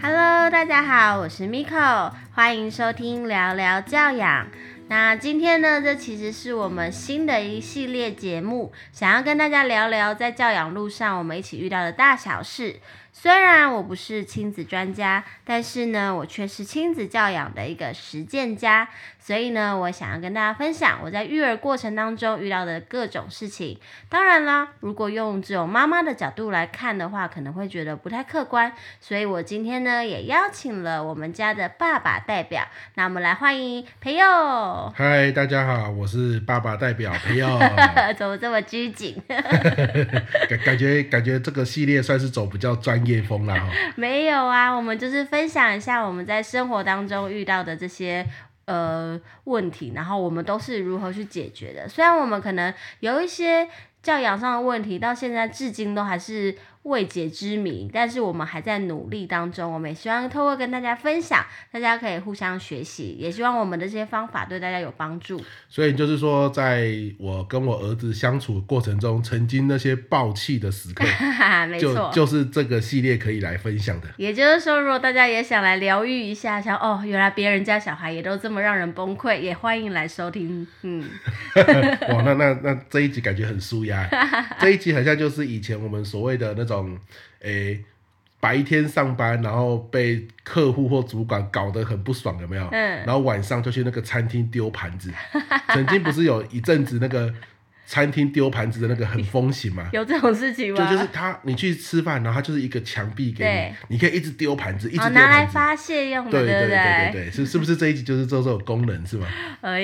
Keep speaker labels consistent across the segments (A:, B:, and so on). A: 大家好，我是 Miko，欢迎收听聊聊教养。那今天呢，这其实是我们新的一系列节目，想要跟大家聊聊在教养路上我们一起遇到的大小事。虽然我不是亲子专家，但是呢，我却是亲子教养的一个实践家，所以呢，我想要跟大家分享我在育儿过程当中遇到的各种事情。当然啦，如果用只有妈妈的角度来看的话，可能会觉得不太客观，所以我今天呢也邀请了我们家的爸爸代表，那我们来欢迎培佑。
B: 嗨，大家好，我是爸爸代表培佑，
A: 怎么这么拘谨？
B: 感感觉感觉这个系列算是走比较专业风啦哈。
A: 没有啊，我们就是分享一下我们在生活当中遇到的这些呃问题，然后我们都是如何去解决的。虽然我们可能有一些教养上的问题，到现在至今都还是未解之谜，但是我们还在努力当中。我们也希望透过跟大家分享，大家可以互相学习，也希望我们的这些方法对大家有帮助。
B: 所以就是说，在我跟我儿子相处过程中，曾经那些爆气的时刻，
A: 哈哈， 没
B: 就
A: 错。
B: 就是这个系列可以来分享的。
A: 也就是说，如果大家也想来疗愈一下，想哦，原来别人家小孩也都这么让人崩溃，也欢迎来收听。嗯，
B: 哇，那那那这一集感觉很舒 压，这一集好像就是以前我们所谓的那种，诶、白天上班，然后被客户或主管搞得很不爽，有没有？
A: 嗯
B: 然后晚上就去那个餐厅丢盘 子，曾经不是有一阵子那个餐厅丢盘子的那个很风行嘛？
A: 有这种事情
B: 就
A: 吗？
B: 就是他，你去吃饭，然后他就是一个墙壁给
A: 对
B: 你，你可以一直丢盘子，一直
A: 哦，
B: 丢
A: 拿来
B: 盘子。
A: 发泄用的，
B: 对
A: 不
B: 对对对，是是不是这一集就是做这种功能是吗？
A: 哎、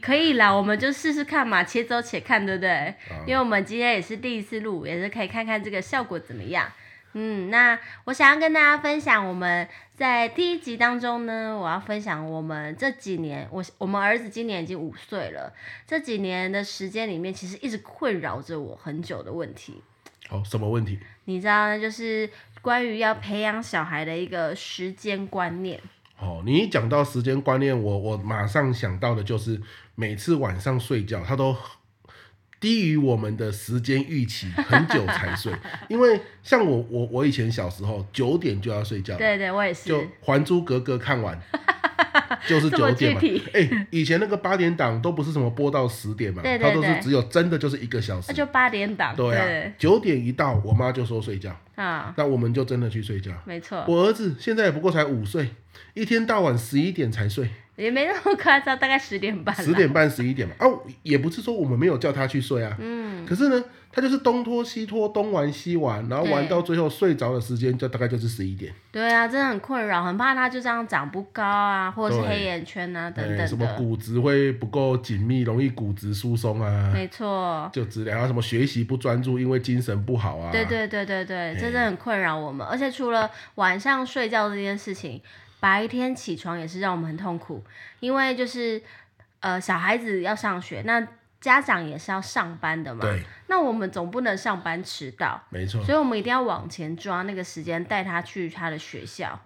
A: 可以啦，我们就试试看嘛，且走且看，对不对？
B: 啊
A: 因为我们今天也是第一次录，也是可以看看这个效果怎么样。嗯，那我想要跟大家分享，我们在第一集当中呢，我要分享我们这几年，我我们儿子今年已经五岁了，这几年的时间里面，其实一直困扰着我很久的问题。
B: 哦，什么问题？
A: 你知道呢，就是关于要培养小孩的一个时间观念。
B: 哦，你一讲到时间观念，我我马上想到的就是，每次晚上睡觉，他都低于我们的时间预期，很久才睡。因为像我我我以前小时候九点就要睡觉，
A: 对对，我也
B: 就是《还珠格格》看完就是
A: 这么
B: 九
A: 具
B: 点嘛。
A: 体，
B: 哎、以前那个八点档都不是什么播到十点嘛，
A: 对对
B: 它都
A: 对
B: 是只有真的就是一个小
A: 那
B: 时。
A: 就八点档，
B: 对啊，九点一到，我妈就说睡觉，
A: 对啊，
B: 那我们就真的去睡觉。
A: 没错，
B: 我儿子现在也不过才五岁，一天到晚十一点 才睡，
A: 也没那么夸张，大概十点半，
B: 十，点半、十一点嘛。哦、也不是说我们没有叫他去睡啊，
A: 嗯，
B: 可是呢，他就是东拖西拖，东玩西玩，然后玩
A: 对
B: 到最后睡着的时间就大概就是十一点，
A: 对啊，真的很困扰，很怕他就这样长不高啊，或者是
B: 对
A: 黑眼圈啊等
B: 哎什
A: 等
B: 么
A: 的，
B: 骨质会不够紧密，容易骨质疏松啊，
A: 没错。
B: 就之类，然后什么学习不专注，因为精神不好啊，
A: 对对对对对，这真的很困扰我们。而且除了晚上睡觉这件事情，白天起床也是让我们很痛苦，因为就是呃小孩子要上学，那家长也是要上班的嘛。
B: 对，
A: 那我们总不能上班迟到，
B: 没错。
A: 所以我们一定要往前抓那个时间，带他去他的学 校。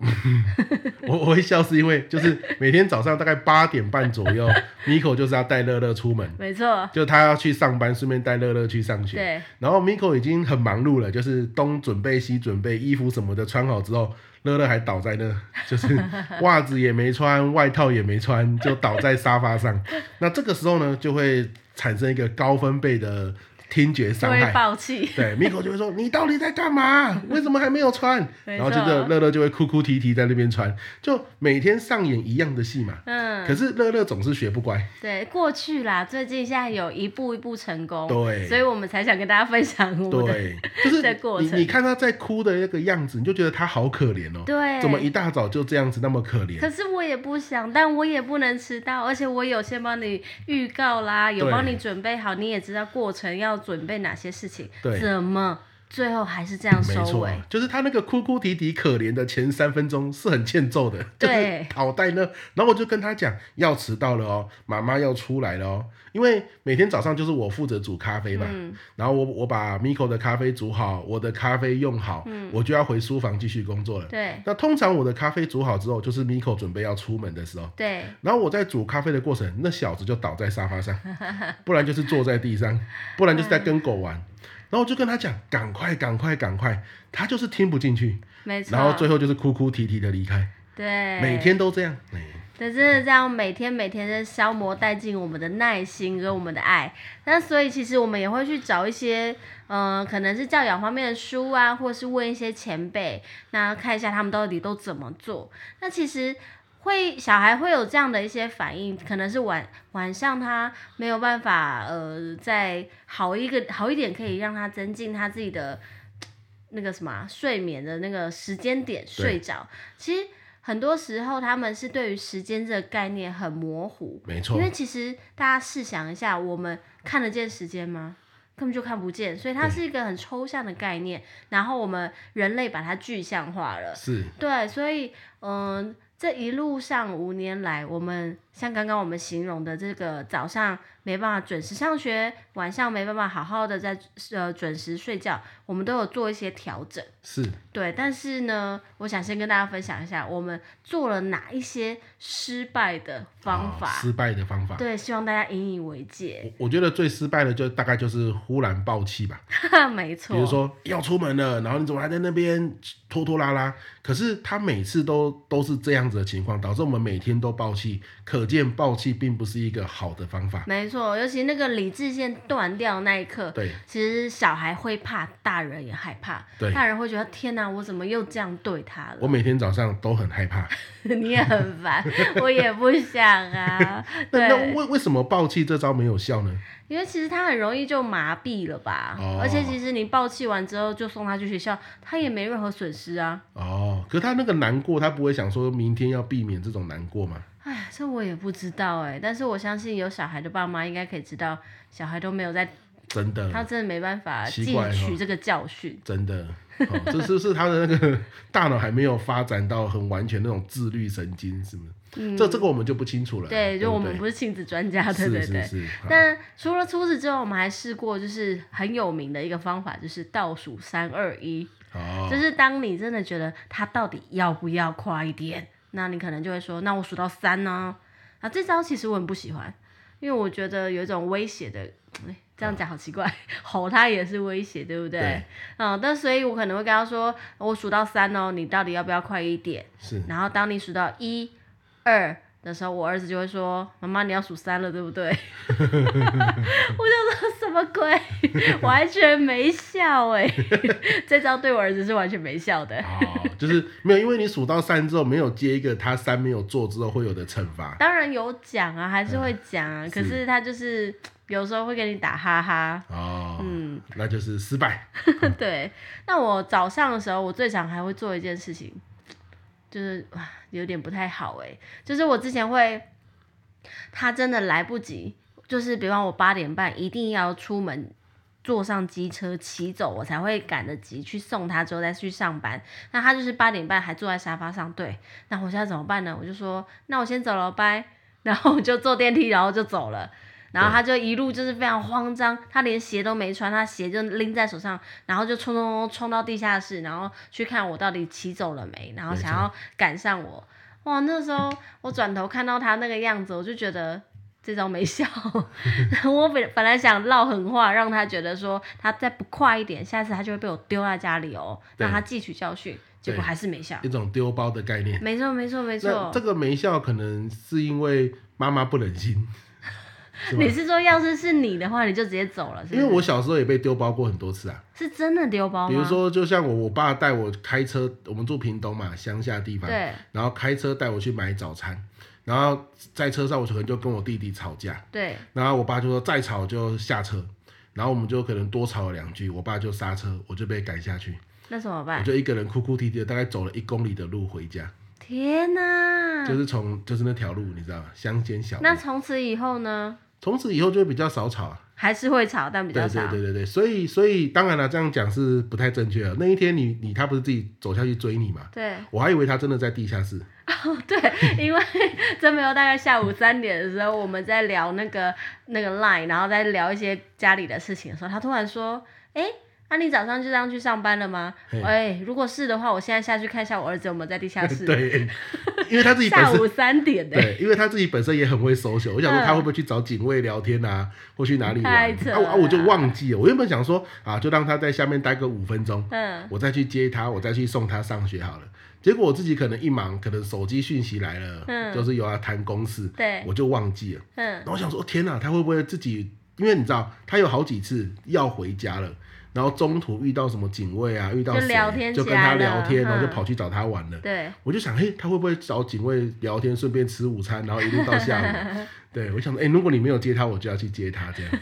B: 我我会笑是因为就是每天早上大概八点半左右 ，Miko 就是要带乐乐出门，
A: 没错，
B: 就他要去上班，顺便带乐乐去上学。
A: 对，
B: 然后 Miko 已经很忙碌了，就是东准备西准备，衣服什么的穿好之后，乐乐还倒在那，就是 袜子也没穿，外套也没穿，就倒在沙 发上。那这个时候呢，就会产生一个高分贝的听觉
A: 就
B: 伤
A: 会
B: 害。
A: 爆气。
B: 对，Miko 就会说：“你到底在干嘛？为什么还没有穿？”
A: 没错
B: 然后就乐乐乐就会哭哭啼啼在那边穿，就每天上演一样的戏嘛。可
A: 嗯，
B: 是乐乐总是学不乖，
A: 对，过去啦，最近现在有一步一步成功，
B: 对
A: 所以我们才想跟大家分享我们的，
B: 对，就是
A: 这过
B: 你
A: 程
B: 你看他在哭的那个样子，你就觉得他好可怜哦。
A: 对，
B: 怎么一大早就这样子那么可怜？
A: 可是我也不想，但我也不能迟到，而且我有先帮你预告啦，有
B: 对
A: 帮你准备好，你也知道过程要准备哪些事情，
B: 对
A: 怎么最后还是这样
B: 没
A: 收
B: 错
A: 尾？，
B: 就是他那个哭哭啼啼可怜的前三分钟是很欠揍的， 就是
A: 对
B: 脑袋呢。然后我就跟他讲要迟到了哦，妈妈要出来了哦，因为每天早上就是我负责煮咖啡嘛，
A: 嗯
B: 然后我我把 Miko 的咖啡煮好，我的咖啡用好，我就要回书房继续工作了。
A: 嗯对
B: 那通常我的咖啡煮好之后，就是 Miko 准备要出门的时候，
A: 对，
B: 然后我在煮咖啡的过程，那小子就倒在沙 发上，不然就是坐在地上，不然就是在跟狗玩。然后我就跟他讲，赶快，赶快，赶快，他就是听不进去，
A: 没错。
B: 然后最后就是哭哭啼啼的离开。
A: 对，
B: 每天都这样。哎
A: 对，真的这样，每天每天在消磨殆尽我们的耐心跟我们的爱。那所以其实我们也会去找一些，嗯、可能是教养方面的书啊，或者是问一些前辈，那看一下他们到底都怎么做。那其实会小孩会有这样的一些反应，可能是晚晚上他没有办法，呃，在好一个好一点，可以让他增进他自己的那个什么啊、睡眠的那个时间点睡着。其实很多时候他们是对于时间这个概念很模糊，
B: 没错
A: 因，为其实大家试想一下，我们看得见时间吗？根本就看不见，所以它
B: 对
A: 是一个很抽象的概念，然后我们人类把它具象化了。
B: 是
A: 对，所以嗯、这一路上五年来，我们像刚刚我们形容的这个早上没办法准时上学，晚上没办法好好的在呃准时睡觉，我们都有做一些调整。
B: 是，
A: 对，但是呢，我想先跟大家分享一下我们做了哪一些失败的方
B: 啊
A: 法。
B: 失败的方法。
A: 对，希望大家引以为戒。
B: 我我觉得最失败的就大概就是忽然爆气吧，
A: 没错，
B: 比如说要出门了，然后你怎么还在那边拖拖拉拉？可是他每次都都是这样子的情况，导致我们每天都爆气，可见爆气并不是一个好的方法。
A: 没错，尤其那个理智线断掉那一刻，
B: 对
A: 其实小孩会怕，大人也害怕，
B: 对
A: 大人会觉得天哪，我怎么又这样对他
B: 我
A: 了？
B: 每天早上都很害怕。
A: 你也很烦，我也不想 啊，
B: 那那
A: 对，
B: 为为什么爆气这招没有效呢？
A: 因为其实他很容易就麻痹了吧，
B: 哦
A: 而且其实你暴气完之后就送他去学校，他也没任何损失啊。
B: 哦，可是他那个难过，他不会想说明天要避免这种难过吗？
A: 哎，这我也不知道哎、但是我相信有小孩的爸妈应该可以知道，小孩都没有在，
B: 真的，
A: 他真的没办法
B: 奇
A: 汲
B: 怪哦
A: 取这个教训。
B: 真的，哦、 这是是他的那个 大脑还没有发展到很完全那种自律神经，是吗？这这个我们就不清楚了。
A: 嗯对，就
B: 不
A: 我们不是亲子专家，啊对对对
B: 是。啊是是，好
A: 但除了除此之外，我们还试过就是很有名的一个方法，就是倒数三二一，就
B: 哦，
A: 是当你真的觉得他到底要不要快一点，那你可能就会说，那我数到三呢、啊。这招其实我很不喜欢，因为我觉得有一种威胁的，哎这样讲好奇怪， 吼他也是威胁，对不对？
B: 对
A: 嗯，但所以我可能会跟他说，我数到三哦，你到底要不要快一点？
B: 是
A: 然后当你数到一、二的时候，我儿子就会说：“妈妈，你要数三了，对不对？” 我就说什么鬼， 完全没笑哎、 这招对我儿子是完全没笑的。
B: 哦，就是没有，因为你数到三之后没有接一个他三没有做之后会有的惩罚。
A: 当然有讲啊，还是会讲啊，可
B: 是
A: 是他就是有时候会给你打哈哈。
B: 哦，
A: 嗯，
B: 那就是失败。
A: 对。那我早上的时候，我最常还会做一件事情，就是哇，有点不太好哎、就是我之前会，他真的来不及，就是比方我八点半一定要出门。坐上机车骑走，我才会赶得及去送他，之后再去上班。那他就是八点半还坐在沙发上，对。那我现在怎么办呢？我就说，那我先走了，拜。 然后我就坐电梯，然后就走了。然后他就一路就是非常慌张，他连鞋都没穿，他鞋就拎在手上，然后就冲冲冲冲到地下室，然后去看我到底骑走了没，然后想要赶上我。哇，那时候我转头看到他那个样子，我就觉得这招没效。我本本来想唠狠话，让他觉得说他再不快一点，下次他就会被我丢在家里哦，
B: 对
A: 让他汲取教训。结果还是没效。
B: 一种丢包的概念。
A: 没错，没错，没
B: 那
A: 错
B: 这。个没效，可能是因为妈妈不忍心，是吧
A: 你是说，要是是你的话，你就直接走了？是不哦
B: 因
A: 是
B: 为我小时候也被丢包过很多次啊。
A: 是真的丢包吗？
B: 比如，说，就像我我爸带我开车，我们住屏东嘛，乡下地方，
A: 对
B: 然后开车带我去买早餐，然后在车上我可能就跟我弟弟吵架，
A: 对，
B: 然后我爸就说再吵就下车，然后我们就可能多吵了两句，我爸就刹车，我就被赶下去，
A: 那怎么
B: 我
A: 办？
B: 就一个人哭哭啼啼的，大概走了一公里的路回家，
A: 天哪！
B: 就是从就是那条路，你知道吗？乡间小路
A: 那，从此以后呢，
B: 从此以后就会比较少吵啊。
A: 还是会吵，但比较
B: 对
A: 少。
B: 对对对对，所以所以当然了，这样讲是不太正确的。那一天你你他不是自己走下去追你嘛？
A: 对哦
B: 我还以为他真的在地下室。
A: 对，因为 真没有大概下午三点的时候，我们在聊那个那个 line，然后在聊一些家里的事情的时候，他突然说：“哎、那、你早上就这样去上班了吗？
B: 嘿
A: 哎、如果是的话，我现在下去看一下我儿子有没有在地下室。
B: 对，因为他自己本
A: 下
B: 身
A: 午三点欸呢、
B: 对，因为他自己本身也很会 social，我想说
A: 嗯
B: 他会不会去找警卫聊天啊，或去哪里玩？
A: 太扯
B: 啊我啊，我就
A: 了
B: 忘记了。我原本想说啊，就让他在下面待个五分钟，
A: 嗯，
B: 我再去接他，我再去送他上学好了。结果我自己可能一忙，可能手机讯息来了，
A: 嗯
B: 就是有要谈公事，
A: 对，
B: 我就忘记了。
A: 嗯
B: 然后我想说，哦天哪，他会不会自己？因为你知道，他有好几次要回家了，然后中途遇到什么警卫啊，遇到
A: 就
B: 谁
A: 聊天
B: 就
A: 起
B: 跟他
A: 来
B: 聊
A: 了
B: 天，然后就
A: 嗯
B: 跑去找他玩了。
A: 对，
B: 我就想，嘿，他会不会找警卫聊天，顺便吃午餐，然后一路到 下午？对，我想说，哎、如果你没有接他，我就要去接他，这样。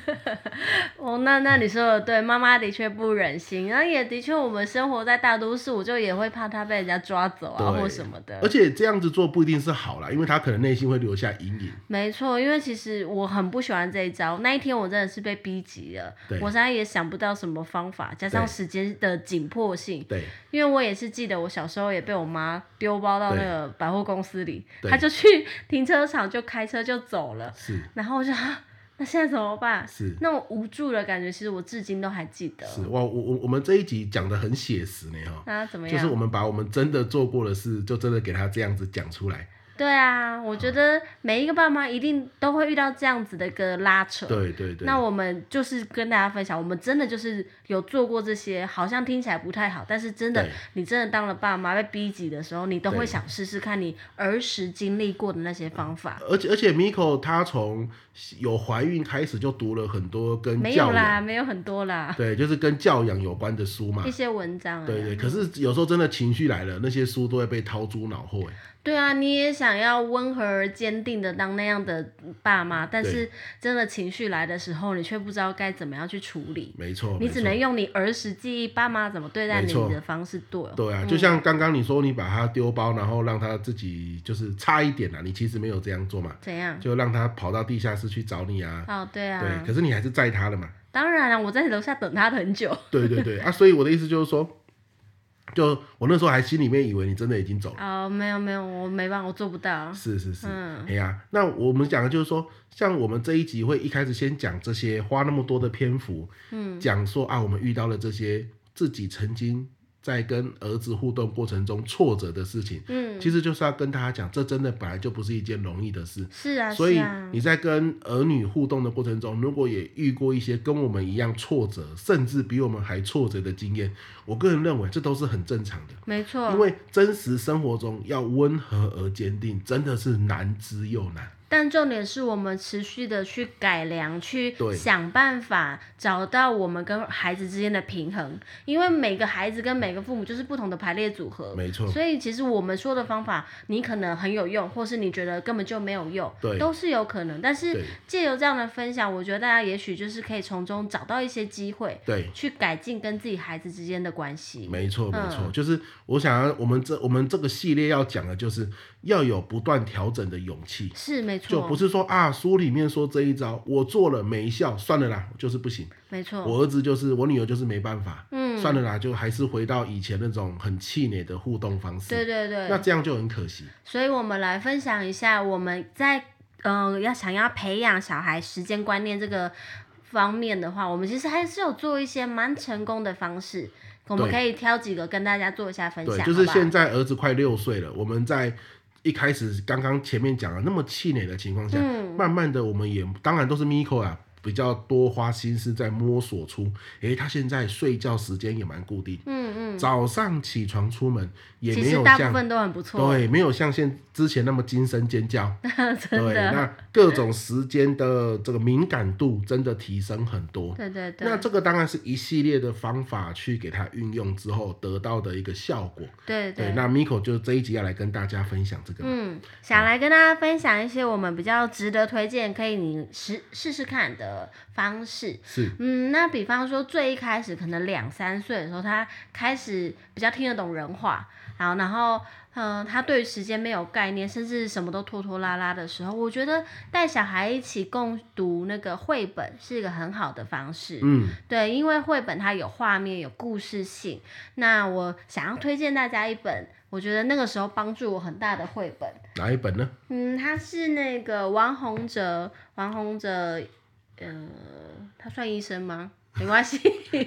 A: 哦，那那你说的对，妈妈的确不忍心，然后也的确，我们生活在大都市，我就也会怕她被人家抓走啊
B: 对
A: 或什么的
B: 而。且这样子做不一定是好啦，因为他可能内心会留下阴影。
A: 没错，因为其实我很不喜欢这一招。那一天我真的是被逼急了
B: 对，
A: 我现在也想不到什么方法，加上
B: 对
A: 时间的紧迫性，
B: 对，
A: 因为我也是记得我小时候也被我妈丢包到那个百货公司里，
B: 对
A: 她就去停车场就开车就走了，
B: 是
A: 然后我就啊，那现在怎么办？
B: 是
A: 那种无助的感觉，其实我至今都还记得。
B: 是，哇，我我我们这一集讲的很写实呢，哈。
A: 那怎么
B: 就
A: 样？
B: 是我们把我们真的做过的事，就真的给他这样子讲出来。
A: 对啊，我觉得每一个爸妈一定都会遇到这样子的一个拉扯。
B: 对对对，
A: 那我们就是跟大家分享，我们真的就是有做过这些，好像听起来不太好，但是真的
B: 对，
A: 你真的当了爸妈被逼急的时候，你都
B: 对
A: 会想试试看你儿时经历过的那些方法。
B: 而且而且，Miko 她从有怀孕开始就读了很多跟
A: 没有
B: 教养，
A: 啦，没有很多啦，
B: 对，就是跟教养有关的书嘛
A: 一。些文章、啊。
B: 对对，可是有时候真的情绪来了，那些书都会被掏诸脑后。哎，
A: 对啊，你也想要温和而坚定的当那样的爸妈，但
B: 对
A: 是真的情绪来的时候，你却不知道该怎么样去处理。
B: 没错，
A: 你
B: 哦没
A: 只
B: 错
A: 能用你儿时记忆，爸妈怎么对待
B: 没
A: 你
B: 错
A: 的方式对哦。
B: 对啊，就像刚刚你说，你把他丢包，然后让他自己就是差一点啦、啊你其实没有这样做嘛，
A: 怎样？
B: 就让他跑到地下室去找你啊。
A: 哦，对啊，
B: 对，可是你还是载他了嘛。
A: 当然了、我在楼下等他很久。
B: 对对对啊，所以我的意思就是说，就我那时候还心里面以为你真的已经走了。
A: 哦，没有没有，我没办法，我做不到。
B: 是是是，
A: 嗯
B: 哎呀、那我们讲的就是说，像我们这一集会一开始先讲这些，花那么多的篇幅，嗯，讲说啊，我们遇到了这些自己曾经在跟儿子互动过程中挫折的事情，
A: 嗯，
B: 其实就是要跟大家讲，这真的本来就不是一件容易的事。
A: 是啊，
B: 所以
A: 是啊，
B: 你在跟儿女互动的过程中，如果也遇过一些跟我们一样挫折，甚至比我们还挫折的经验，我个人认为这都是很正常的。
A: 没
B: 因
A: 错。
B: 为真实生活中要温和而坚定，真的是难之又难。
A: 但重点是我们持续的去改良，去
B: 对
A: 想办法找到我们跟孩子之间的平衡，因为每个孩子跟每个父母就是不同的排列组合。
B: 没错
A: 所以其实我们说的方法，你可能很有用，或是你觉得根本就没有用，
B: 对
A: 都是有可能。但是
B: 对
A: 借由这样的分享，我觉得大家也许就是可以从中找到一些机会，
B: 对，
A: 去改进跟自己孩子之间的关系。
B: 没错没错，
A: 嗯
B: 就是我想要我们这我们这个系列要讲的就是要有不断调整的勇气，
A: 是没错，
B: 就不是说啊书里面说这一招我做了没效，算了啦，就是不行。
A: 没错，
B: 我儿子就是我女儿就是没办法，嗯，算了啦，就还是回到以前那种很气馁的互动方式，
A: 对对
B: 那
A: 对。
B: 这样就很可惜。
A: 所以我们来分享一下我们在嗯、呃要想要培养小孩时间观念这个方面的话，我们其实还是有做一些蛮成功的方式，我们
B: 对
A: 可以挑几个跟大家做一下分
B: 对，
A: 享，
B: 就是
A: 好不好
B: 现在儿子快六岁了，我们在一开始刚刚前面讲了那么气馁的情况下，
A: 嗯
B: 慢慢的我们也当然都是 Miko 啊。比较多花心思在摸索出，诶、他现在睡觉时间也蛮固定，
A: 嗯
B: 早上起床出门
A: 嗯，
B: 也
A: 其
B: 没
A: 实
B: 有
A: 大部
B: 像
A: 分都很不错，
B: 对，没有像现之前那么惊声尖叫，
A: 真
B: 对，
A: 的，
B: 那各种时间的这个敏感度真的提升很多。
A: 对对对
B: 那这个当然是一系列的方法去给它运用之后得到的一个效果。
A: 对
B: 对，那 Miko 就这一集要来跟大家分享这个。
A: 嗯，想来跟大家分享一些我们比较值得推荐，可以你试试试看的方式。
B: 是
A: 嗯，那比方说最一开始可能两三岁的时候，他开始比较听得懂人话，然后然后嗯、呃他对于时间没有概念，甚至什么都拖拖拉拉的时候，我觉得带小孩一起共读那个绘本是一个很好的方式。
B: 嗯，
A: 对，因为绘本它有画面，有故事性。那我想要推荐大家一本，我觉得那个时候帮助我很大的绘本。
B: 哪一本呢？
A: 嗯，他是那个王洪哲，王洪哲，呃，他算医生吗？ 没关系，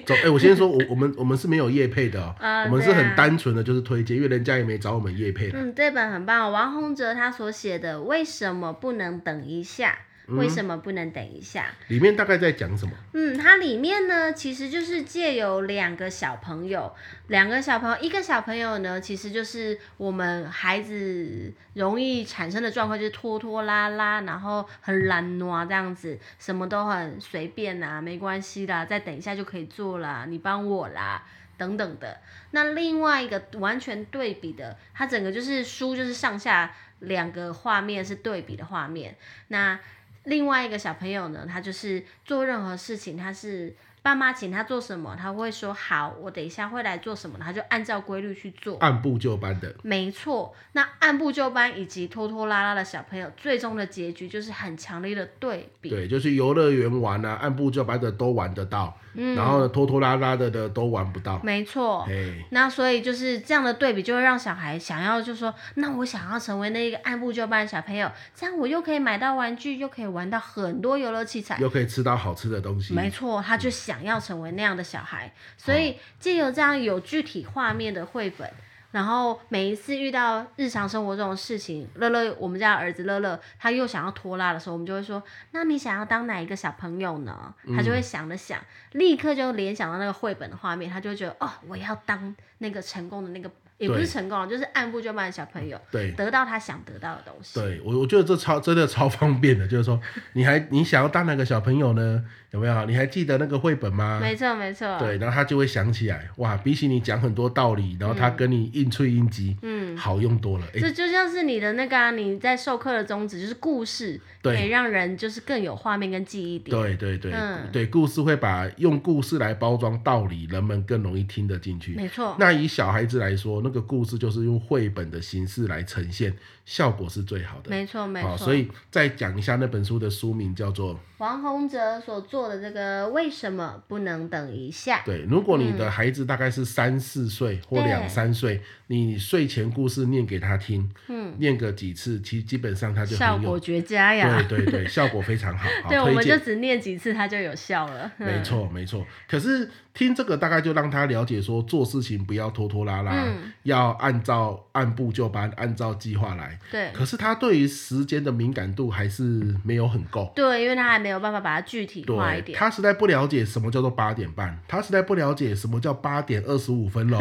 B: 走，哎、我 先说，我我们我们是没有业配的、哦，
A: 啊
B: 我们是
A: 对啊
B: 很单纯的，就是推荐，因为人家也没找我
A: 嗯
B: 们业配的。
A: 嗯，这本很棒哦，王洪哲他所写的《为什么不能等一下》为什么不能等一下？
B: 里面大概在讲什么？
A: 嗯，它里面呢，其实就是借由两个小朋友，两个小朋友，一个小朋友呢，其实就是我们孩子容易产生的状况，就是拖拖拉拉，然后很懒惰这样子，什么都很随便啊，没关系啦，再等一下就可以做啦，你帮我啦。等等的，那另外一个完全对比的，它整个就是书就是上下两个画面是对比的画面。那另外一个小朋友呢，他就是做任何事情，他是爸妈请他做什么，他会说好，我等一下会来做什么，他就按照规律去做。
B: 按部就班的，
A: 没错，那按部就班以及拖拖拉拉的小朋友，最终的结局就是很强烈的对比。
B: 对，就是游乐园玩啊，按部就班的都玩得到，
A: 嗯
B: 然后呢拖拖拉拉的的都玩不到。
A: 没错，
B: 哎，
A: 那所以就是这样的对比，就会让小孩想要就说，那我想要成为那个按部就班的小朋友，这样我又可以买到玩具，又可以玩到很多游乐器材，
B: 又可以吃到好吃的东西。
A: 没错，他就想要成为那样的小孩，所
B: 哦
A: 以借由这样有具体画面的绘本，然后每一次遇到日常生活中的事情，乐乐，我们家儿子乐乐，他又想要拖拉的时候，我们就会说：“那你想要当哪一个小朋友呢？”他
B: 嗯
A: 就会想了想，立刻就联想到那个绘本的画面，他就会觉得：“哦，我要当那个成功的那个，也不是
B: 对
A: 成功了，就是按部就班的小朋友，
B: 对
A: 得到他想得到的东西。”
B: 对，我我觉得这超真的超方便的，就是说你还你想要当哪个小朋友呢？有没有？你还记得那个绘本吗？
A: 没错，没错。
B: 啊对，然后他就会想起来，哇，比起你讲很多道理，然后他跟你硬吹硬击，
A: 嗯，
B: 好用多了。哎、
A: 这就像是你的那个、啊、你在授课的宗旨，就是故事可
B: 对
A: 以让人就是更有画面跟记忆点。
B: 对对对、
A: 嗯
B: 对，故事会把用故事来包装道理，人们更容易听得进去。
A: 没错，
B: 那以小孩子来说，那个故事就是用绘本的形式来呈现，效果是最好的。
A: 没错，没
B: 好、
A: 错。
B: 哦所以再讲一下那本书的书名叫做
A: 王洪哲所做的这个为什么不能等一下？
B: 对，如果你的孩子大概是三四岁
A: 嗯
B: 或
A: 对
B: 两三岁，你睡前故事念给他听，
A: 嗯，
B: 念个几次，其实基本上他就
A: 效
B: 很有
A: 果绝佳 呀！
B: 对对对，效果非 常好，好
A: 对，我
B: 推
A: 们就嗯
B: 荐。
A: 只念几次，它就有效了。
B: 没错，没错。可是听这个大概就让他了解说，做事情不要拖拖拉拉，
A: 嗯
B: 要按照按部就班，按照计划来。
A: 对
B: 可是他 对于时间的敏感度还是没有很够。
A: 对，因为他还没有办法把它具体化一
B: 对
A: 点。
B: 他实在不了解什么叫做八点半，他实在不了解什么叫八点二十五 分喽。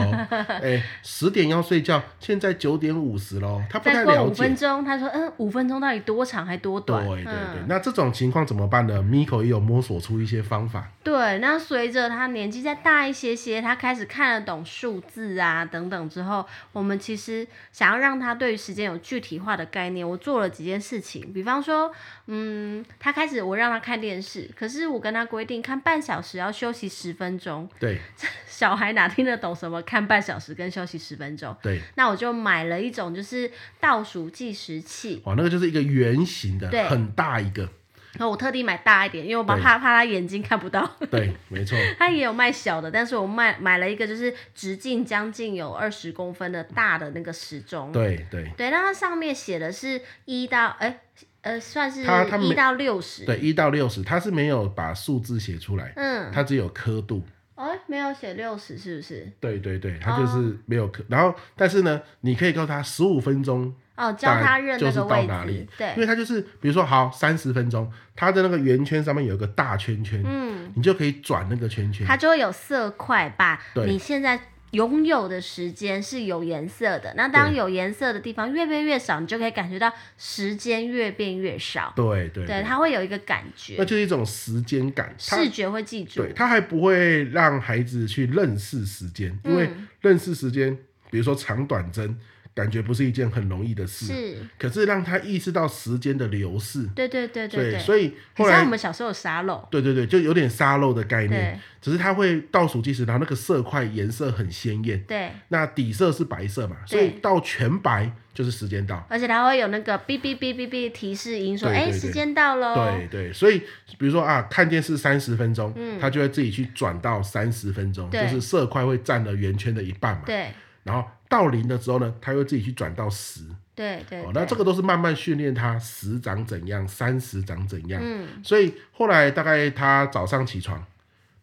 B: 哎，十点要睡觉，现在九点五十喽，他不
A: 再
B: 太
A: 过
B: 了
A: 五
B: 解
A: 分。钟，他说：“嗯，五分钟到底多长还多
B: 对
A: 短？”
B: 对对，
A: 嗯
B: 那这种情况怎么办呢？Miko 也有摸索出一些方法。
A: 对，那随着他年纪再大一些些，他开始看得懂数字啊等等之后，我们其实想要让他对于时间有具体化的概念，我做了几件事情，比方说，嗯，他开始我让他看电视，可是我跟他规定看半小时要休息十分钟，
B: 对
A: 小孩哪听得懂什么看半小时跟休息十分钟？
B: 对，
A: 那我就买了一种就是倒数计时器，
B: 哦哇，那个就是一个圆形的
A: 对，
B: 很大一 个，
A: 然后我特地买大一点，因为我怕
B: 对
A: 怕他眼睛看不到。
B: 对，没错，
A: 它也有卖小的，但是我卖买了一个，就是直径将近有二十公分的大的那个时钟。
B: 对对
A: 对，那它上面写的是一到哎呃，算是
B: 它它没
A: 一到六十。
B: 对，一到六十，它是没有把数字写出来，
A: 嗯，
B: 它只有刻度，
A: 哦，没有写六十是不是？
B: 对对对，它
A: 哦
B: 就是没有刻，然后但是呢，你可以告诉他十五分钟，
A: 哦，教他
B: 大
A: 认
B: 就
A: 那
B: 是
A: 个
B: 到
A: 位
B: 哪
A: 置
B: 里。因
A: 对，
B: 为它就是比如说好三十分钟，它的那个圆圈上面有一个大圈圈，
A: 嗯，
B: 你就可以转那个圈圈，
A: 它就会有色块，把
B: 对
A: 你现在。拥有的时间是有颜色的，那当
B: 对
A: 有颜色的地方越变越少，你就可以感觉到时间越变越少。
B: 对对
A: 对，
B: 对，
A: 它会有一个感
B: 那
A: 觉，
B: 就是一种时间感，它
A: 视觉会记住
B: 对，。他还不会让孩子去认识时间，
A: 嗯
B: 因为认识时间，比如说长短针，感觉不是一件很容易的事。
A: 是，
B: 可是让他意识到时间的流逝，
A: 对对对对对，
B: 所以
A: 很
B: 后
A: 像我
B: 来，
A: 们小时候有沙漏，
B: 对对对，就有点沙漏的概念
A: 对，
B: 只是他会倒数计时，然后那个色块颜色很鲜艳，
A: 对，
B: 那底色是白色嘛，所
A: 对
B: 以到全白就是时间到。
A: 而且它会有那个哔哔哔哔哔提示音说，
B: 对对
A: 哎，
B: 对
A: 时间到喽。
B: 对对，所以比如说啊，看电视三十分钟，他就会自己去转到三十分钟，
A: 嗯对
B: 就是色块会占了圆圈的一半嘛。
A: 对
B: 然后到零的时候呢，他又自己去转到十。
A: 对对
B: 哦，
A: 对
B: 那这个都是慢慢训练他十长怎样，三十长怎样。
A: 嗯，
B: 所以后来大概他早上起床，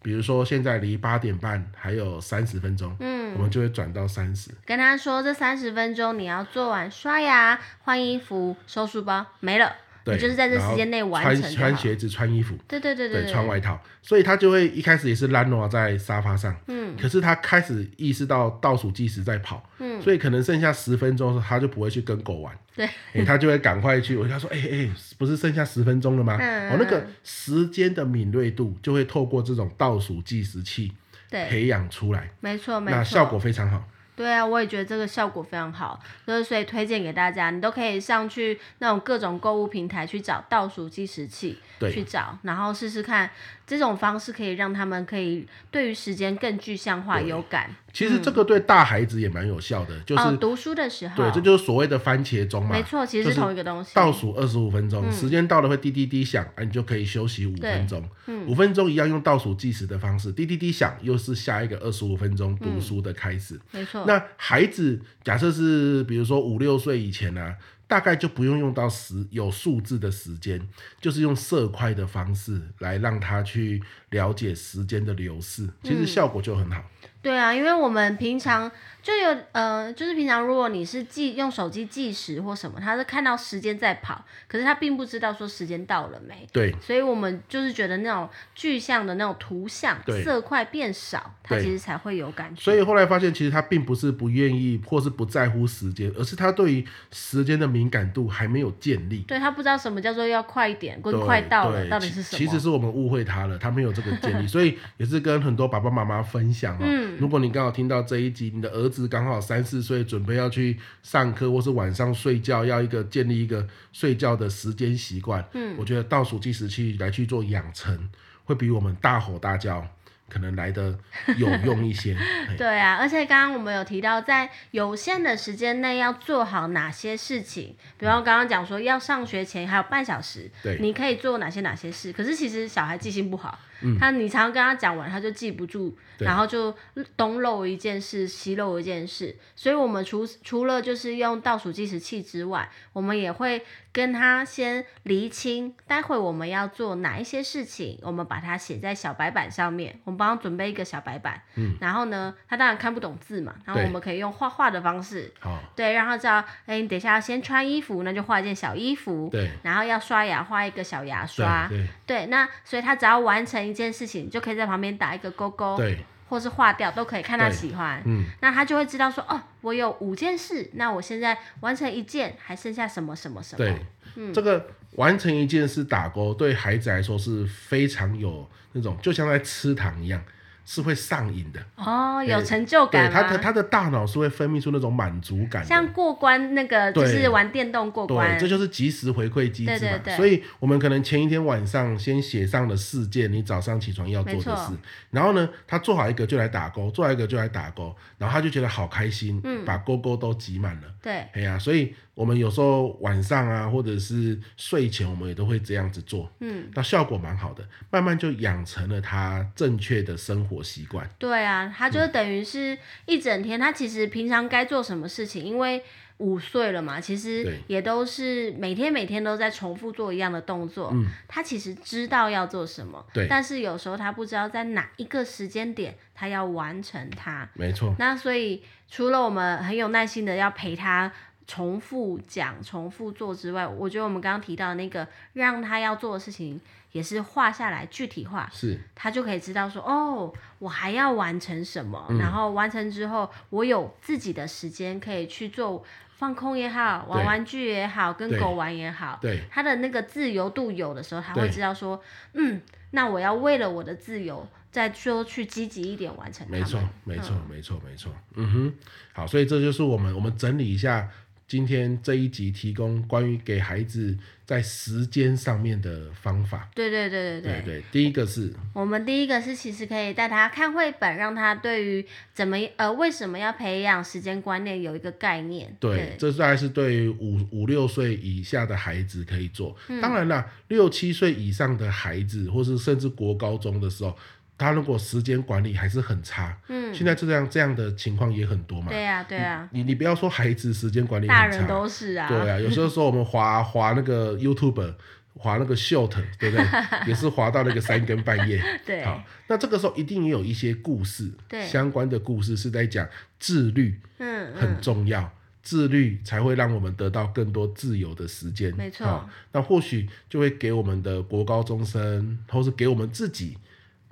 B: 比如说现在离八点半还有三十分钟，
A: 嗯，
B: 我们就会转到三十。
A: 跟他说这三十分钟你要做完刷牙、换衣服、收书包，没了。
B: 对，
A: 你就是在这时间内完成
B: 然后
A: 就
B: 穿穿
A: 好
B: 鞋子、穿衣服，
A: 对对对
B: 对，
A: 对，
B: 穿外套，所以他就会一开始也是懒挪在沙发上，
A: 嗯
B: 可是他开始意识到倒数计时在跑，
A: 嗯，
B: 所以可能剩下十分钟的时候，他就不会去跟狗玩，
A: 对
B: 诶他就会赶快去。我跟他说，哎、哎、不是剩下十分钟了吗？
A: 嗯
B: 哦，那个时间的敏锐度就会透过这种倒数计时器
A: 对，
B: 培养出来，
A: 没错没
B: 那
A: 错，
B: 效果非常好。
A: 对啊，我也觉得这个效果非常好，就是所以推荐给大家，你都可以上去那种各种购物平台去找倒数计时器，
B: 对
A: 去找，然后试试看这种方式可以让他们可以对于时间更具象化、有感。
B: 其实这个对大孩子也蛮有效的，就
A: 嗯
B: 是、
A: 哦，读书的时候，
B: 对，这就是所谓的番茄钟嘛
A: 没。错，嗯其实
B: 就是
A: 同一个东西。
B: 倒数二十五分钟，时间到了会滴滴滴响，啊，你就可以休息五分钟。
A: 嗯
B: 五分钟一样用倒数计时的方式，滴滴滴响，又是下一个二十五分钟
A: 嗯
B: 读书的开始。
A: 没错，
B: 那孩子假设是比如说五六岁以前啊，大概就不用用到时有数字的时间，就是用色块的方式来让他去了解时间的流逝，其实效果就很好。
A: 对啊，因为我们平常就有呃，就是平常如果你是计用手机计时或什么，他是看到时间在跑，可是他并不知道说时间到了没。
B: 对
A: 所以我们就是觉得那种具象的那种图像
B: 对
A: 色块变少，它
B: 对
A: 其实才会有感觉。
B: 所以后来发现，其实他并不是不愿意或是不在乎时间，而是他对于时间的敏感度还没有建立。
A: 对他不知道什么叫做要快一点，跟
B: 对
A: 快到了
B: 对
A: 到底是
B: 其
A: 什么。嗯
B: 其实是我们误会他了，他没有这个建议，所以也是跟很多爸爸妈妈分享哦。如果你刚好听到这一集，你的儿子刚好三四岁，准备要去上课或是晚上睡觉，要一个建立一个睡觉的时间习惯，嗯，我觉得倒数计时器来去做养成，会比我们大吼大叫可能来的有用一 些。嘿
A: 对啊，而且刚刚我们有提到，在有限的时间内要做好哪些事情，比方刚刚讲说要上学前还有半小时，
B: 对
A: 你可以做哪些哪些事。可是其实小孩记性不好，他你常常跟他讲完，他就记不住，
B: 嗯对
A: 然后就东漏一件事，西漏一件事。所以我们除除了就是用倒数计时器之外，我们也会跟他先厘清，待会我们要做哪一些事情，我们把它写在小白板上面，我们帮他准备一个小白板。嗯，然后呢，他当然看不懂字嘛，然后我们可以用画画的方式，
B: 好，
A: 对，让他知道，哎、你等一下要先穿衣服，那就画一件小衣服，
B: 对，
A: 然后要刷牙，画一个小牙
B: 对
A: 刷。
B: 对
A: 对，那所以他只要完成一件事情，就可以在旁边打一个勾勾，
B: 对，
A: 或是划掉都可以，看他
B: 对
A: 喜欢。
B: 嗯，
A: 那他就会知道说，哦，我有五件事，那我现在完成一件，还剩下什么什么什么。
B: 对，
A: 嗯
B: 这个完成一件事打勾，对孩子来说是非常有那种，就像在吃糖一样，是会上瘾的。
A: 哦，有
B: 对
A: 成就
B: 对
A: 感
B: 他的
A: 吗？
B: 他的大脑是会分泌出那种满足感的。
A: 像过关那个，就
B: 对
A: 是玩电动过关
B: 对，，这就是及时回馈机制嘛。
A: 对对对
B: 所以我们可能前一天晚上先写上了四件你早上起床要做
A: 没
B: 的
A: 错
B: 事，然后呢，他做好一个就来打勾，做好一个就来打勾，然后他就觉得好开心，
A: 嗯
B: 把勾勾都挤满了。
A: 对
B: 哎呀、所以我们有时候晚上啊，或者是睡前，我们也都会这样子做，嗯，那效果蛮好的，慢慢就养成了他正确的生活习惯。
A: 对啊，他
B: 嗯
A: 就等于是一整天，他其实平常该做什么事情，因为五岁了嘛，其实
B: 对
A: 也都是每天每天都在重复做一样的动作。他其实知道要做什么，
B: 嗯对
A: 但是有时候他不知道在哪一个时间点他要完成它。
B: 没错，
A: 那所以除了我们很有耐心的要陪他重复讲、重复做之外，我觉得我们刚刚提到的那个让他要做的事情，也是画下来具体化，
B: 是
A: 他就可以知道说，哦，我还要完成什么，
B: 嗯
A: 然后完成之后，我有自己的时间可以去做放空也好，玩
B: 对
A: 玩具也好，跟
B: 对
A: 狗玩也好，
B: 对
A: 他的那个自由度有的时候，他会
B: 对
A: 知道说，嗯，那我要为了我的自由，再说去积极一点完成它
B: 没
A: 们。
B: 错，没错，没错，没错。嗯哼，好，所以这就是我们我们整理一下今天这一集提供关于给孩子在时间上面的方法。
A: 对对对对
B: 对对，第一个是
A: 我们第一个是其实可以带他看绘本，让他对于怎么呃为什么要培养时间观念有一个概念。
B: 对，这大概是对五五六岁以下的孩子可以做。
A: 嗯
B: 当然啦，六七岁以上的孩子，或是甚至国高中的时候，他如果时间管理还是很差，嗯，现在这样这样的情况也很多嘛。
A: 对啊呀、对呀、
B: 你你不要说孩子时间嗯管理很
A: 大
B: 差，
A: 人都是啊。
B: 对啊，有时候说我们滑滑那个 YouTube，滑那个 Short，对 不对？也是滑到那个三更半夜。
A: 对
B: 好，那这个时候一定也有一些故事，
A: 对
B: 相关的故事是在讲自律
A: 嗯嗯，
B: 很重要。自律才会让我们得到更多自由的时间。
A: 没错
B: 好那或许就会给我们的国高中生，或是给我们自己，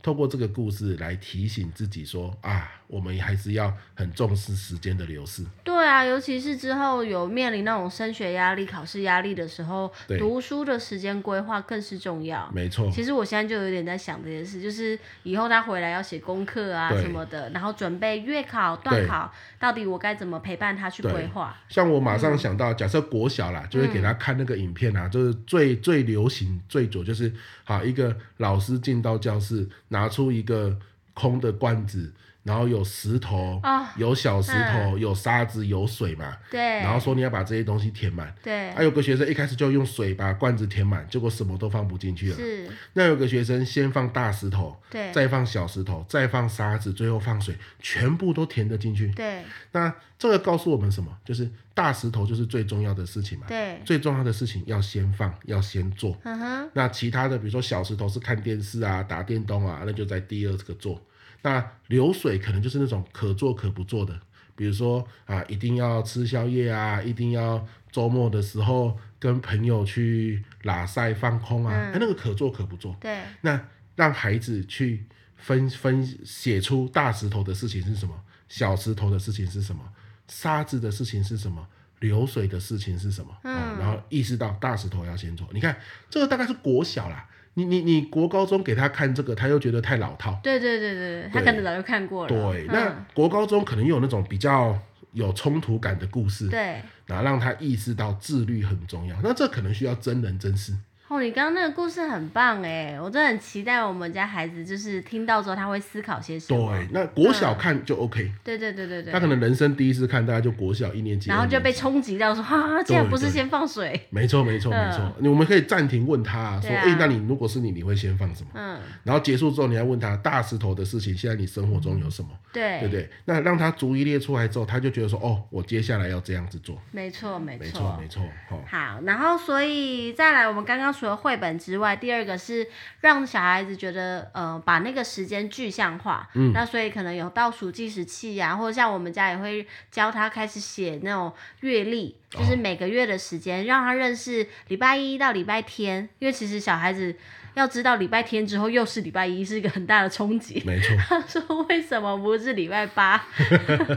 B: 透过这个故事来提醒自己说啊，我们还是要很重视时间的流逝。
A: 对啊，尤其是之后有面临那种升学压力、考试压力的时候，
B: 对
A: 读书的时间规划更是重要。
B: 没错，
A: 其实我现在就有点在想这件事，就是以后他回来要写功课啊
B: 对
A: 什么的，然后准备月考、段考，到底我该怎么陪伴他去
B: 对
A: 规划？
B: 像我马上
A: 嗯
B: 想到，假设国小啦，就会给他看那个影片啊，就是最最流行最左就是好一个老师进到教室，拿出一个空的罐子，然后有石头，
A: 啊嗯
B: 有小石头，有沙子，有水嘛，
A: 对
B: 然后哎说你要把这些东西填满。啊
A: 对，
B: 还、有个学生一开始就用水把罐子填满，结果什么都放不进去了。
A: 是，
B: 那有个学生先放大石头，
A: 对
B: 再放小石头，再放沙子，最后放水，全部都填得进去。
A: 对
B: 那这个告诉我们什么？就是大石头就是最重要的事情嘛。
A: 对，
B: 最重要的事情要先放，要先做。
A: 嗯哼，
B: 那其他的，比如说小石头是看电视啊、打电动啊，那就在第二个做。那流水可能就是那种可做可不做的，比如说啊，一定要吃宵夜啊，一定要周末的时候跟朋友去拉塞放空啊，哎那个可做可不做。
A: 对
B: 那让孩子去分分写出大石头的事情是什么，小石头的事情是什么，沙子的事情是什么，流水的事情是什么，啊、然后意识到大石头要先做。你看，这个大概是国小啦，你你你国高中给他看这个，他又觉得太老套。
A: 对对对对对，他可能早就看过了。嗯
B: 对，那国高中可能又有那种比较有冲突感的故事，
A: 对。
B: 然后让他意识到自律很重要。那这可能需要真人真事。
A: 哦，你刚刚那个故事很棒哎，我真的很期待我们家孩子就是听到之后他会思考些什么。
B: 对，那国小看就 OK，、
A: 对对对对对
B: 他可能人生第一次看，大概就国小一年级，
A: 然后
B: 二
A: 就
B: 年
A: 被
B: 级
A: 冲击到说，哈、啊，竟然不是
B: 对
A: 先放水，
B: 没错，没错，没错。你我们可以暂停问他、
A: 嗯
B: 说：“
A: 对啊
B: 诶，那你如果是你，你会先放什么
A: 嗯，？”
B: 然后结束之后，你要问他大石头的事情，现在你生活中有什么，
A: 嗯对，
B: 对不对？那让他逐一列出来之后，他就觉得说：“哦，我接下来要这样子做。
A: 没错没”
B: 没错，没错，哦，
A: 好，然后所以再来，我们刚刚除了绘本之外，第二个是让小孩子觉得，呃，把那个时间具象化。嗯，那所以可能有倒数计时器呀、或者像我们家也会教他开始写那种月历，就是每个月的时间，让他认识礼拜一到礼拜天，因为其实小孩子要知道礼拜天之后又是礼拜一，是一个很大的冲击。
B: 没错，
A: 他说为什么不是礼拜八？
B: 没错，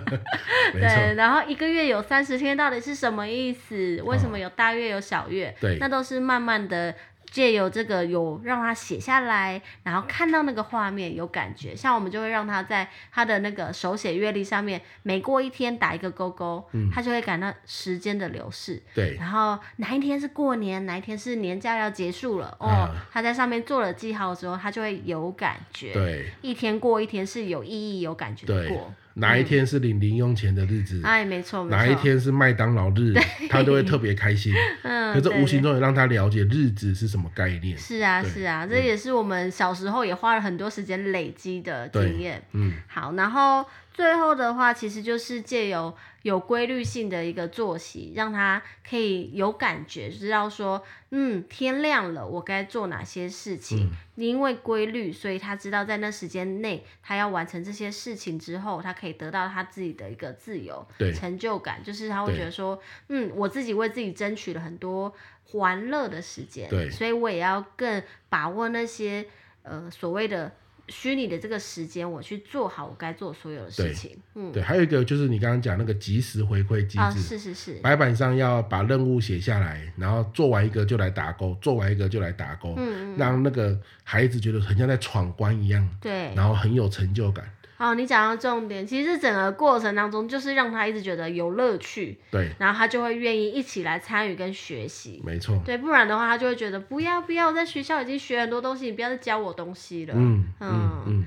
A: 对，然后一个月有三十天，到底是什么意思？为什么有大月有小月？
B: 哦对
A: 那都是慢慢的借由这个有让他写下来，然后看到那个画面有感觉，像我们就会让他在他的那个手写月历上面，每过一天打一个勾勾，他就会感到时间的流逝。
B: 嗯对，
A: 然后哪一天是过年，哪一天是年假要结束了哦，
B: 啊
A: 他在上面做了记号之后，他就会有感觉。
B: 对，
A: 一天过一天是有意义、有感觉的
B: 对
A: 过。。
B: 哪一天是领零用钱的日子？
A: 哎，没错，没错。
B: 哪一天是麦当劳日，他都会特别开心。
A: 嗯，
B: 可这
A: 对
B: 无形中也让他了解日子是什么概念。
A: 是啊，
B: 对
A: 是啊，这也是我们小时候也花了很多时间累积的
B: 对
A: 经验。
B: 嗯，
A: 好，然后最后的话，其实就是借由有规律性的一个作息，让他可以有感觉，知道说，嗯，天亮了，我该做哪些事情。
B: 嗯
A: 因为规律，所以他知道在那时间内，他要完成这些事情之后，他可以得到他自己的一个自由、
B: 对
A: 成就感，就是他会
B: 对
A: 觉得说，嗯，我自己为自己争取了很多欢乐的时间，
B: 对
A: 所以我也要更把握那些呃所谓的虚拟的这个时间，我去做好我该做所有的事
B: 对
A: 情。嗯，
B: 对，还有一个就是你刚刚讲那个及时回馈机
A: 啊，
B: 制。
A: 是是是，
B: 白板上要把任务写下来，然后做完一个就来打勾，做完一个就来打勾，
A: 嗯
B: 让那个孩子觉得很像在闯关一样，
A: 对。
B: 然后很有成就感。
A: 好，你讲到重点，其实整个过程当中，就是让他一直觉得有乐趣，
B: 对，
A: 然后他就会愿意一起来参与跟学习。
B: 没错，
A: 对，不啊然的话，他就会觉得不要不要，我在学校已经学很多东西，你不要再教我东西了。
B: 嗯
A: 嗯
B: 嗯嗯，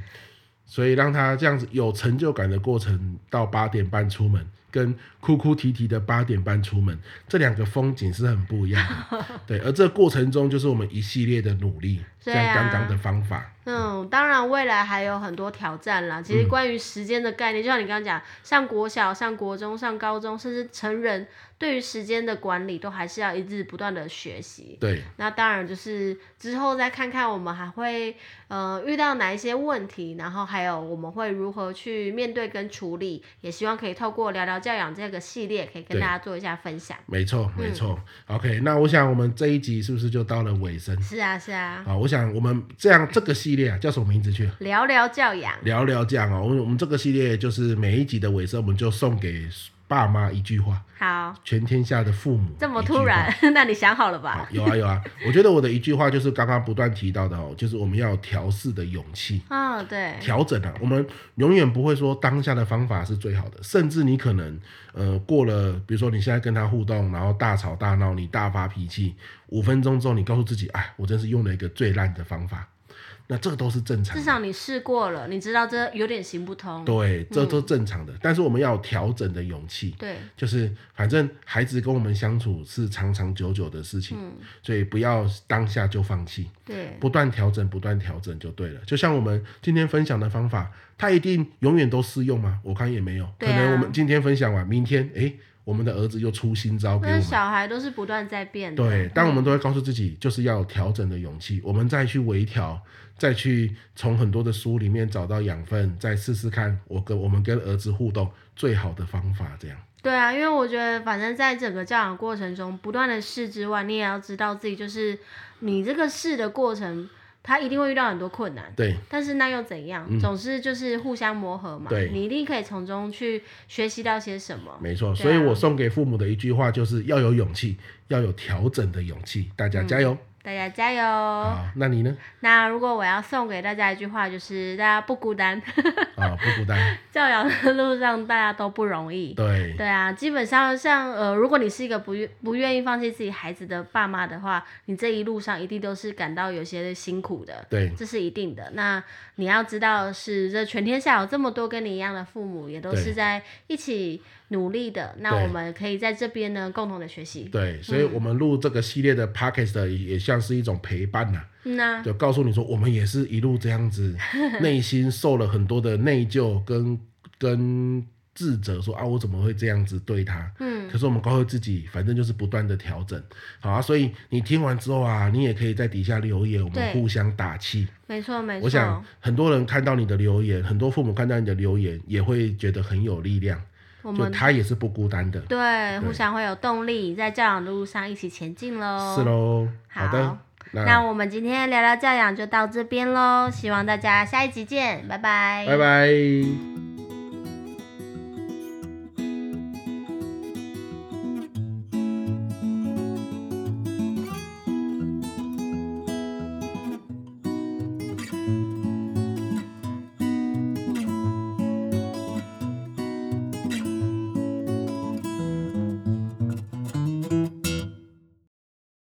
B: 所以让他这样子有成就感的过程，到八点半出门，跟哭哭啼啼的八点半出门，这两个风景是很不一样 的。对，而这过程中就是我们一系列的努力，
A: 对
B: 像刚
A: 啊
B: 刚的方法，
A: 嗯，当然未来还有很多挑战啦。
B: 嗯
A: 其实关于时间的概念，就像你刚刚讲，上国小、上国中、上高中，甚至成人，对于时间的管理都还是要一直不断的学习。
B: 对，
A: 那当然就是之后再看看我们还会呃遇到哪一些问题，然后还有我们会如何去面对跟处理，也希望可以透过聊聊教养这个系列，可以跟
B: 对
A: 大家做一下分享。
B: 没错，
A: 嗯
B: 没错。OK，那我想我们这一集是不是就到了尾声？
A: 是啊，是啊，
B: 好，我想我们这样这个系列啊，叫什么名字去？
A: 聊聊教养，
B: 聊聊这样哦，我们我们这个系列就是每一集的尾声，我们就送给爸妈一句话，
A: 好，
B: 全天下的父母
A: 这么
B: 一句话
A: 突然， 那你想好了吧
B: 好？有啊有啊，我觉得我的一句话就是刚刚不断提到的哦，就是我们要有调试的勇气，
A: 嗯、对，
B: 调整啊，我们永远不会说当下的方法是最好的，甚至你可能呃过了，比如说你现在跟他互动，然后大吵大闹，你大发脾气，五分钟之后你告诉自己，哎，我真是用了一个最烂的方法，那这个都是正常嗯
A: 至
B: 的。
A: 少你试过了，你知道这有点行不通。
B: 对，这都正常的，但是我们要有调整的勇气，
A: 对，
B: 就是反正孩子跟我们相处是长长久久的事情，所以不要当下就放弃，
A: 对，
B: 不断调整，不断调整就对了。就像我们今天分享的方法，它一定永远都适用吗？我看也没有，
A: 对
B: 可
A: 啊
B: 能我们今天分享完，明天诶，我们的儿子又出新招给我
A: 那
B: 们。
A: 小孩都是不断在变的。
B: 对，但我们都会告诉自己，就是要有调整的勇
A: 嗯
B: 气，我们再去微调，再去从很多的书里面找到养分，再试试看我跟我们跟儿子互动最好的方法，这样。
A: 对啊，因为我觉得，反正在整个教养过程中，不断的试之外，你也要知道自己就是你这个试的过程，他一定会遇到很多困难。
B: 对
A: 但是那又怎样？总是就是互相磨合嘛。
B: 嗯对
A: 你一定可以从中去学习到些什么。
B: 没
A: 对
B: 错，
A: 啊
B: 所以我送给父母的一句话就是要有勇气，要有调整的勇气，大家加油！
A: 大家加油！
B: 好，那你呢？
A: 那如果我要送给大家一句话，就是大家不孤单，
B: 啊，不孤单，
A: 教养的路上大家都不容易。
B: 对
A: 对啊，基本上像呃，如果你是一个不愿不愿意放弃自己孩子的爸妈的话，你这一路上一定都是感到有些辛苦的，
B: 对
A: 这是一定的。那你要知道的是，这全天下有这么多跟你一样的父母，也都
B: 对
A: 是在一起努力的。那
B: 对
A: 我们可以在这边呢，共同的学习。
B: 对，所以我们录这个系列的 podcast 也也像是一种陪伴呐、
A: 嗯呐、
B: 就告诉你说，我们也是一路这 样子，内心受了很多的内疚跟跟自责说啊，我怎么会这样子对他？
A: 嗯，
B: 可是我们告诉自己，反正就是不断的调整，好啊。所以你听完之后啊，你也可以在底下留言，我们
A: 对
B: 互相打气。
A: 没错没
B: 我想
A: 错，
B: 很多人看到你的留言，很多父母看到你的留言，也会觉得很有力量，
A: 我
B: 就
A: 们
B: 他也是不孤单的。
A: 对互
B: 对
A: 相会有动力，在教养的路上一起前进喽。
B: 是喽，
A: 哦好
B: 的，
A: 那我们今天聊聊教养就到这边喽，希望大家下一集见，拜拜，
B: 拜拜。